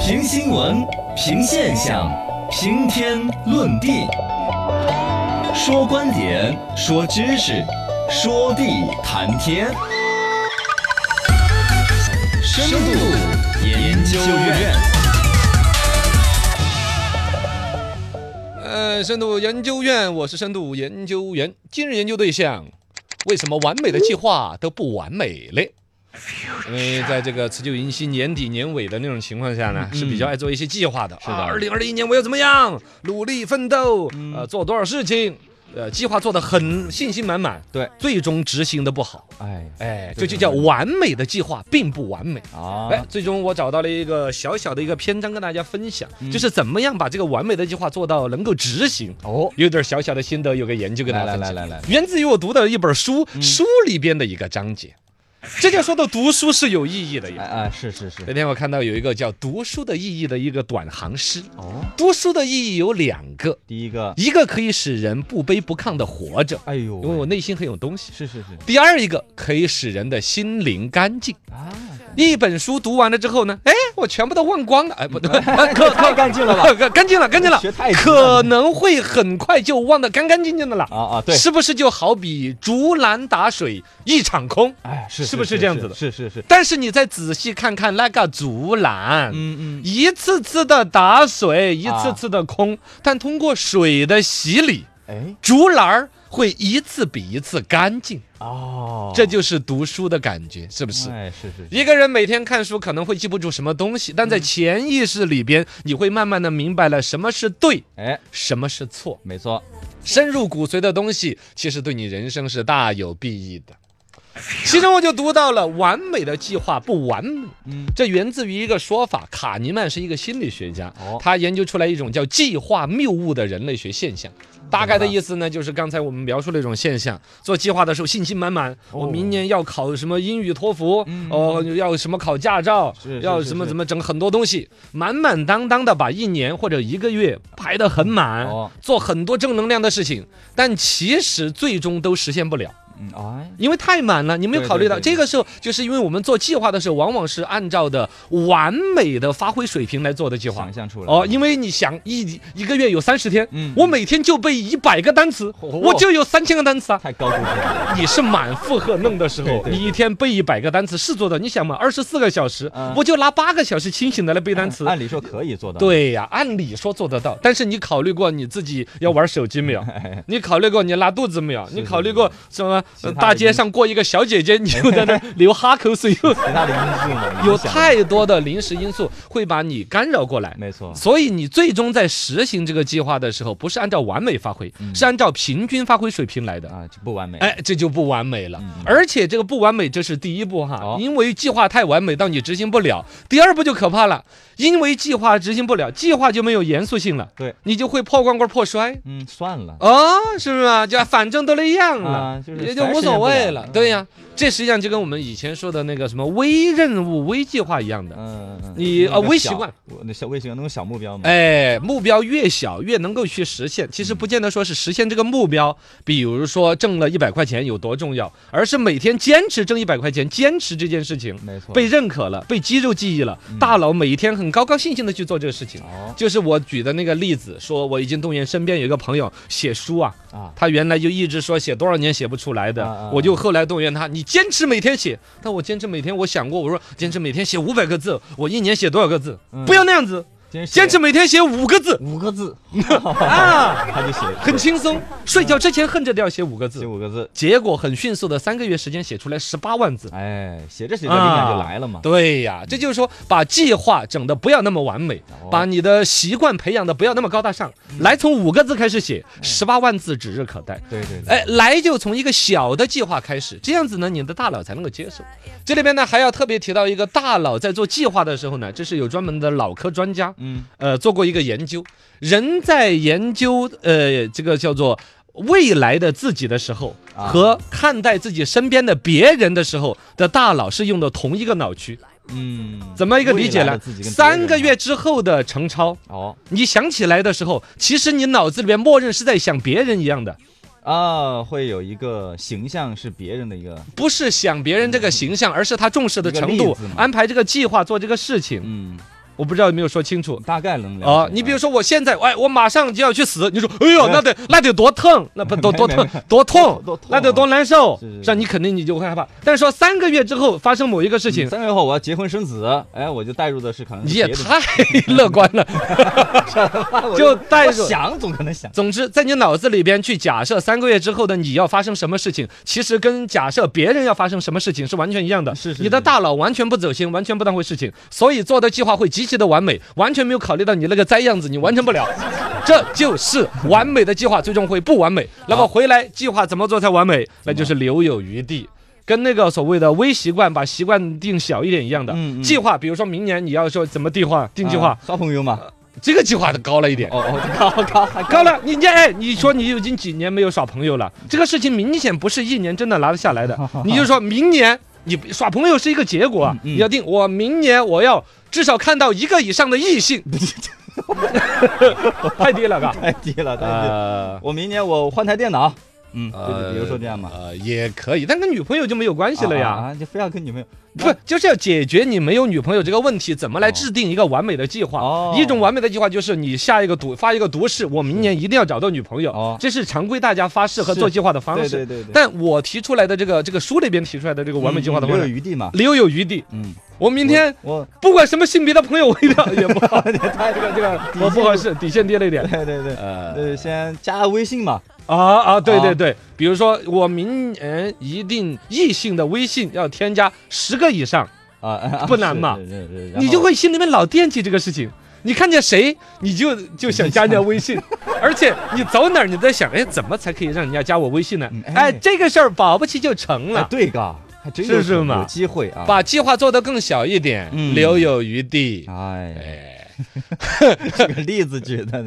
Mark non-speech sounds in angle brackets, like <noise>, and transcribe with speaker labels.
Speaker 1: 评新闻，评现象，评天论地，说观点，说知识，说地谈天。深度研究院，
Speaker 2: 呃，深度研究院，我是深度研究员。今日研究对象，为什么完美的计划都不完美嘞？
Speaker 1: 哎
Speaker 2: 因为在这个辞旧迎新、年底年尾的那种情况下呢，是比较爱做一些计划的。是
Speaker 1: 嗯
Speaker 2: 啊
Speaker 1: 的
Speaker 2: 二零二一年我要怎么样？努力奋斗，
Speaker 1: 嗯
Speaker 2: 呃，做多少事情？呃，计划做的很信心满满，
Speaker 1: 对，
Speaker 2: 最终执行的不好，
Speaker 1: 哎
Speaker 2: 哎，
Speaker 1: 对
Speaker 2: 这就叫完美的计划并不完美。
Speaker 1: 啊
Speaker 2: 哎，最终我找到了一个小小的一个篇章跟大家分享，
Speaker 1: 嗯
Speaker 2: 就是怎么样把这个完美的计划做到能够执行。
Speaker 1: 哦，
Speaker 2: 有点小小的心得，有个研究跟大家分享。
Speaker 1: 来来来来嗯
Speaker 2: 源自于我读的一本书，书里边的一个章节。这就说到读书是有意义的呀。
Speaker 1: 哎哎，是是是
Speaker 2: 那，天我看到有一个叫“读书的意义”的一个短行诗。
Speaker 1: 哦，
Speaker 2: 读书的意义有两个，
Speaker 1: 第一个，
Speaker 2: 一个可以使人不卑不亢地活着，
Speaker 1: 哎呦
Speaker 2: 因为我内心很有东西；
Speaker 1: 是是是
Speaker 2: 第二一个可以使人的心灵干净。
Speaker 1: 啊，
Speaker 2: 一本书读完了之后呢，哎，我全部都忘光了，哎，不， <laughs> 可
Speaker 1: 嗯太干净了吧？
Speaker 2: 可干净了，干净了
Speaker 1: 学太，极了
Speaker 2: 可能会很快就忘得干干净净的了。
Speaker 1: 啊啊，对，
Speaker 2: 是不是就好比竹篮打水一场空？
Speaker 1: 哎，是
Speaker 2: 是不是这样子的
Speaker 1: 是是是，
Speaker 2: 但是你再仔细看看那个竹篮，
Speaker 1: 嗯嗯，
Speaker 2: 一次次的打水，一
Speaker 1: 啊
Speaker 2: 次次的空，但通过水的洗礼，
Speaker 1: 哎，
Speaker 2: 竹篮儿会一次比一次干净。
Speaker 1: 哦，
Speaker 2: 这就是读书的感觉，是不是？
Speaker 1: 哎，是是是，
Speaker 2: 一个人每天看书可能会记不住什么东西，但在潜意识里边，你会慢慢的明白了什么是对，
Speaker 1: 哎，
Speaker 2: 什么是错。
Speaker 1: 没错，
Speaker 2: 深入骨髓的东西，其实对你人生是大有裨益的。其中我就读到了完美的计划不完美，
Speaker 1: 嗯
Speaker 2: 这源自于一个说法。卡尼曼是一个心理学家
Speaker 1: 哦，
Speaker 2: 他研究出来一种叫计划谬误的人类学现象。大概的意思呢，就是刚才我们描述的一种现象。做计划的时候信心满满，
Speaker 1: 哦
Speaker 2: 我明年要考什么英语托福，哦，要什么考驾照
Speaker 1: 嗯是，
Speaker 2: 要
Speaker 1: 是是
Speaker 2: 什么
Speaker 1: 是
Speaker 2: 怎么整很多东西，满满当当的把一年或者一个月排得很满
Speaker 1: 哦，
Speaker 2: 做很多正能量的事情，但其实最终都实现不了。
Speaker 1: 嗯，哎，
Speaker 2: 因为太满了，你没有
Speaker 1: 对
Speaker 2: 考虑到
Speaker 1: 对对
Speaker 2: 这个时候，就是因为我们做计划的时候，往往是按照的完美的发挥水平来做的计划
Speaker 1: 想。象出来，
Speaker 2: 哦，，因为你想一一个月有三十天，
Speaker 1: 嗯哦
Speaker 2: 我每天就背一百个单词，
Speaker 1: 嚯
Speaker 2: 我就有三千个
Speaker 1: <laughs>
Speaker 2: 单词啊。
Speaker 1: 太高估自己了，
Speaker 2: 你是满负荷弄的时候，
Speaker 1: 对对对
Speaker 2: 你一天背一百个单词是做的。你想嘛，二十四个小时，
Speaker 1: 嗯哎
Speaker 2: 我就拿八个小时清醒的来背单词。
Speaker 1: 按理说可以做到，，
Speaker 2: 对呀、按理说做得到，但是你考虑过你自己要玩手机没
Speaker 1: <laughs>
Speaker 2: 有？你考虑过你拉肚子没有？你考虑过什么？
Speaker 1: 其
Speaker 2: 呃
Speaker 1: 他的
Speaker 2: 大街上过一个小姐姐，你就在那儿流哈口水，
Speaker 1: <laughs>
Speaker 2: 又
Speaker 1: 其他的因素呢？
Speaker 2: 有
Speaker 1: 影响
Speaker 2: 太多的临时因素会把你干扰过来。
Speaker 1: 没错，
Speaker 2: 所以你最终在实行这个计划的时候，不是按照完美发挥，
Speaker 1: 嗯
Speaker 2: 是按照平均发挥水平来的。
Speaker 1: 啊，这不完美，
Speaker 2: 哎，这就不完美
Speaker 1: 嗯
Speaker 2: 了。而且这个不完美，这是第一步哈，
Speaker 1: 哦
Speaker 2: 因为计划太完美到你执行不了。第二步就可怕了，因为计划执行不了，计划就没有严肃性了，
Speaker 1: 对，
Speaker 2: 你就会破罐罐破摔。
Speaker 1: 嗯，算了，
Speaker 2: 哦，是不是啊？就反正都那样了，
Speaker 1: 啊就是
Speaker 2: 也就
Speaker 1: 凡
Speaker 2: 无
Speaker 1: 事也
Speaker 2: 所
Speaker 1: 不
Speaker 2: 谓
Speaker 1: 了
Speaker 2: 了。
Speaker 1: 嗯
Speaker 2: 对呀、这实际上就跟我们以前说的那个什么微任务、微计划一样的。
Speaker 1: 嗯，嗯
Speaker 2: 你
Speaker 1: 那个
Speaker 2: 啊微
Speaker 1: 小
Speaker 2: 习惯，
Speaker 1: 我那小微习惯能有小目标吗？
Speaker 2: 哎，目标越小越能够去实现。其实不见得说是实现这个目标，比如说挣了一百块钱有多重要，而是每天坚持挣一百块钱，坚持这件事情
Speaker 1: 没错，
Speaker 2: 被认可了，被肌肉记忆了，
Speaker 1: 嗯
Speaker 2: 大脑每一天很高高兴兴的去做这个事情。
Speaker 1: 哦
Speaker 2: 就是我举的那个例子，说我已经动员身边有一个朋友写书啊，
Speaker 1: 啊，
Speaker 2: 他原来就一直说写多少年写不出来的，
Speaker 1: 啊啊啊
Speaker 2: 我就后来动员他，你坚持每天写。但我坚持每天，我想过，我说坚持每天写五百个字，我一年写多少个字？
Speaker 1: 嗯
Speaker 2: 不要那样子，
Speaker 1: 坚
Speaker 2: 坚持每天写五个字
Speaker 1: 五个字，
Speaker 2: <laughs> 啊，
Speaker 1: <laughs> 他就写
Speaker 2: 很轻松。睡觉之前恨着都要写五个
Speaker 1: 写
Speaker 2: 字，
Speaker 1: 五个字，
Speaker 2: 结果很迅速的三个月时间写出来十八万字。
Speaker 1: 哎，写着写着
Speaker 2: 啊
Speaker 1: 灵感就来了嘛，
Speaker 2: 对呀，这就是说把计划整的不要那么完美，
Speaker 1: 哦
Speaker 2: 把你的习惯培养的不要那么高大上，来从五个字开始写，十八万字指日可待。
Speaker 1: 对对对，
Speaker 2: 哎，来就从一个小的计划开始，这样子呢，你的大脑才能够接受。这里边呢，还要特别提到一个大脑在做计划的时候呢，这是有专门的脑科专家，
Speaker 1: 嗯，
Speaker 2: 呃，做过一个研究。人在研究呃这个叫做未来的自己的时候，
Speaker 1: 啊
Speaker 2: 和看待自己身边的别人的时候的大脑是用的同一个脑区，
Speaker 1: 嗯，
Speaker 2: 怎么一个理解
Speaker 1: 未来的
Speaker 2: 呢
Speaker 1: 自己？跟别人
Speaker 2: 三个月之后的陈超。
Speaker 1: 哦
Speaker 2: 你想起来的时候，其实你脑子里面默认是在想别人一样的，
Speaker 1: 啊，会有一个形象是别人的一个，
Speaker 2: 不是想别人这个形象，而是他重视的程
Speaker 1: 嗯一个例
Speaker 2: 度
Speaker 1: 子嘛，
Speaker 2: 安排这个计划做这个事情。
Speaker 1: 嗯，
Speaker 2: 我不知道有没有说清楚
Speaker 1: 大概能了解
Speaker 2: 啊。你比如说，我现在，哎，我马上就要去死，你说，
Speaker 1: <laughs>
Speaker 2: 哎呦，那得那得多疼，那不多多疼多痛
Speaker 1: 多痛，啊
Speaker 2: 那得多难受啊
Speaker 1: 是是，是
Speaker 2: 让你肯定你就会害怕。但是说三个月之后发生某一个事情，
Speaker 1: 嗯三个月后我要结婚生子，哎，我就带入的是可能
Speaker 2: 你
Speaker 1: 是
Speaker 2: 也
Speaker 1: 别的
Speaker 2: 太 <laughs> 乐观了。
Speaker 1: <laughs> 我
Speaker 2: 就带
Speaker 1: 我
Speaker 2: 入
Speaker 1: 想总可能
Speaker 2: <laughs>
Speaker 1: 想，
Speaker 2: 总之，在你脑子里边去假设三个月之后的你要发生什么事情，其实跟假设别人要发生什么事情是完全一样的。
Speaker 1: 是是
Speaker 2: 你的
Speaker 1: 是
Speaker 2: 大脑完全不走心，完全不当回事情，所以做的计划会极其的完美，完全没有考虑到你那个灾样子，你完成
Speaker 1: <laughs>
Speaker 2: 不了。这就是完美的计划最终会不完美。那么回来计划怎么做才完美？那就是留有余地。跟那个所谓的微习惯，把习惯定小一点一样的、
Speaker 1: 嗯嗯
Speaker 2: 计划，比如说明年你要说怎么定划定计划，
Speaker 1: 啊好朋友嘛，
Speaker 2: 这个计划的高了一点。
Speaker 1: 哦哦，高高还
Speaker 2: 高了，你你哎，你说你已经几年没有耍朋友了，这个事情明显不是一年真的拿得下来
Speaker 1: <laughs>
Speaker 2: 的。你就说明年你耍朋友是一个结果啊，
Speaker 1: 嗯嗯
Speaker 2: 你要定我明年我要至少看到一个以上的
Speaker 1: <laughs>
Speaker 2: 异性，太低了，嘎。
Speaker 1: 太低了，太低了。
Speaker 2: 呃
Speaker 1: 我明年我换台电脑，嗯，就是比如说这样嘛，
Speaker 2: 呃，也可以，但跟女朋友就没有关系了呀。
Speaker 1: 啊，啊就非要跟女朋友，
Speaker 2: 不就是要解决你没有女朋友这个问题？怎么来制定一个完美的计划？
Speaker 1: 哦
Speaker 2: 一种完美的计划就是你下一个毒发一个毒誓，我明年一定要找到女朋友。
Speaker 1: 嗯哦
Speaker 2: 这是常规大家发誓和
Speaker 1: 是
Speaker 2: 做计划的方式。
Speaker 1: 对对对对，
Speaker 2: 但我提出来的这个这个书里边提出来的这个完美计划的
Speaker 1: 嗯留
Speaker 2: 方
Speaker 1: 有
Speaker 2: 式，
Speaker 1: 余地嘛，
Speaker 2: 留有余地。
Speaker 1: 嗯，
Speaker 2: 我明天
Speaker 1: 我
Speaker 2: 不管什么性别的朋友，我一定
Speaker 1: <laughs>
Speaker 2: 要也不好，
Speaker 1: 我他这个这个底
Speaker 2: 我不合
Speaker 1: 线，
Speaker 2: 适，底线低了一点。
Speaker 1: 对对对，
Speaker 2: 呃
Speaker 1: 呃，先加微信嘛，
Speaker 2: 啊啊，对
Speaker 1: <laughs>
Speaker 2: 对
Speaker 1: 啊
Speaker 2: 对，比如说我明年一定异性的微信要添加十个以上，
Speaker 1: 啊啊，
Speaker 2: 不难嘛
Speaker 1: 是，是是然后
Speaker 2: 你就会心里面老惦记这个事情。你看见谁，你就就想加人家
Speaker 1: <laughs>
Speaker 2: 微信，而且你走哪儿，你在想，哎，怎么才可以让人家加我微信呢
Speaker 1: 嗯？
Speaker 2: 哎，
Speaker 1: 哎
Speaker 2: 这个事儿保不齐就成
Speaker 1: 哎
Speaker 2: 了。
Speaker 1: 对嘎，还真有
Speaker 2: 啊是不是嘛
Speaker 1: 有机会啊，
Speaker 2: 把计划做得更小一点，
Speaker 1: 嗯
Speaker 2: 留有余地。
Speaker 1: <laughs> 哎，
Speaker 2: 哎。
Speaker 1: 这个例子举的。